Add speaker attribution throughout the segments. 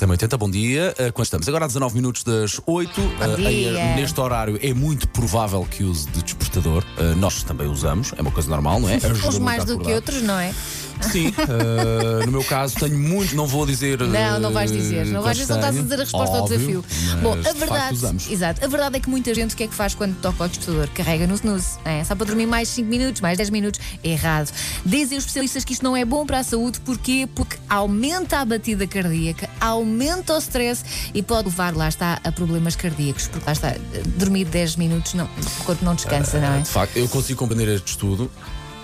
Speaker 1: 80 bom dia. Uh, quando estamos agora a 19 minutos das 8, uh,
Speaker 2: dia.
Speaker 1: em- neste horário é muito provável que use de despertador. Uh, nós também usamos, é uma coisa normal, não é?
Speaker 2: Uns
Speaker 1: Ajuda
Speaker 2: mais
Speaker 1: muito a
Speaker 2: do que
Speaker 1: acordar.
Speaker 2: outros, não é?
Speaker 1: Sim, uh, no meu caso tenho muito, não vou dizer.
Speaker 2: Não, não vais
Speaker 1: uh,
Speaker 2: dizer. Não vais
Speaker 1: quantos
Speaker 2: dizer, não estás a
Speaker 1: tenho,
Speaker 2: dizer a resposta ao
Speaker 1: óbvio,
Speaker 2: desafio.
Speaker 1: mas
Speaker 2: Bom,
Speaker 1: de
Speaker 2: a
Speaker 1: facto
Speaker 2: verdade.
Speaker 1: usamos.
Speaker 2: Exato. A verdade é que muita gente o que é que faz quando toca o despertador? Carrega no snooze. não é? Só para dormir mais 5 minutos, mais 10 minutos. Errado. Dizem os especialistas que isto não é bom para a saúde. Porquê? Porque aumenta a batida cardíaca, aumenta o stress e pode levar, lá está, a problemas cardíacos. Porque lá está, dormir 10 minutos, não, o corpo não descansa, não é?
Speaker 1: De facto, eu consigo compreender este estudo.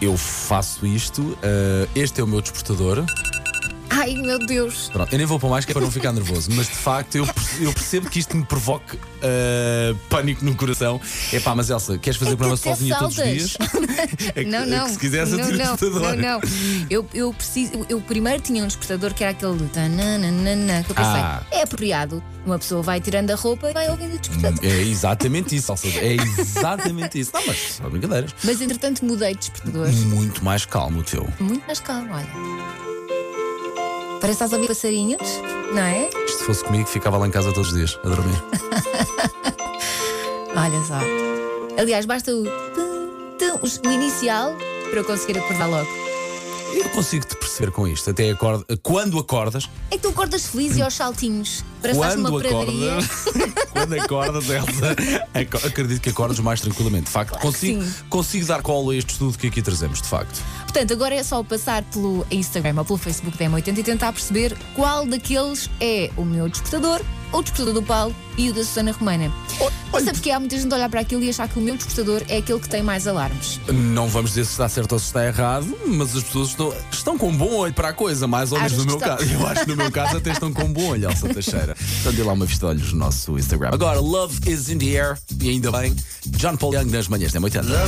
Speaker 1: Eu faço isto. uh, este é o meu despertador. Ah,
Speaker 2: Ai, meu Deus.
Speaker 1: Pronto, eu nem vou para mais que é para não ficar nervoso, mas de facto eu, perce- eu percebo que isto me provoque ah, pânico no coração. É pá, mas Elsa, queres fazer
Speaker 2: É
Speaker 1: o
Speaker 2: que
Speaker 1: programa
Speaker 2: até
Speaker 1: sozinha todos os dias? É que-
Speaker 2: Não,
Speaker 1: é
Speaker 2: não.
Speaker 1: que se quisesse, eu
Speaker 2: não,
Speaker 1: tiro o
Speaker 2: não,
Speaker 1: despertador.
Speaker 2: Não, não. Eu, eu, preciso, eu- eu primeiro tinha um despertador que era aquele. tananana, Que eu pensei,
Speaker 1: Ah.
Speaker 2: é apropriado. Uma pessoa vai tirando a roupa e vai ouvindo o despertador.
Speaker 1: É exatamente isso, Elsa. É exatamente isso. Não, mas são brincadeiras.
Speaker 2: Mas entretanto mudei de despertador.
Speaker 1: Muito mais calmo o teu.
Speaker 2: Muito mais calmo, olha. Parece que estás a ouvir passarinhos, não é?
Speaker 1: Se fosse comigo, ficava lá em casa todos os dias, a dormir.
Speaker 2: Olha só. Aliás, basta o. tum, tum, os- O inicial para eu conseguir acordar logo.
Speaker 1: Eu consigo te perceber com isto. Até acordo, quando acordas,
Speaker 2: É que tu acordas feliz e aos saltinhos. Parece que estás numa
Speaker 1: quando
Speaker 2: pradaria.
Speaker 1: acordas, quando acordas, Elsa, aco- acredito que acordas mais tranquilamente. De facto,
Speaker 2: que
Speaker 1: consigo,
Speaker 2: sim.
Speaker 1: consigo dar cola a este estudo que aqui trazemos, de facto.
Speaker 2: Portanto, agora é só passar pelo Instagram ou pelo Facebook da M80 e tentar perceber qual daqueles é o meu despertador, o despertador do Paulo e o da Susana Romana. Sabe porque há muita gente a olhar para aquilo e achar que o meu despertador é aquele que tem mais alarmes.
Speaker 1: Não vamos dizer se está certo ou se está errado, mas as pessoas estão, estão com um bom olho para a coisa, mais ou menos
Speaker 2: Achas
Speaker 1: no meu
Speaker 2: que
Speaker 1: caso. Eu acho que no meu caso até estão com um bom olho, Elsa Teixeira. Então dê lá uma vista de olhos no nosso Instagram. Agora, Love is in the air, e ainda bem, John Paul Young nas manhãs da 80.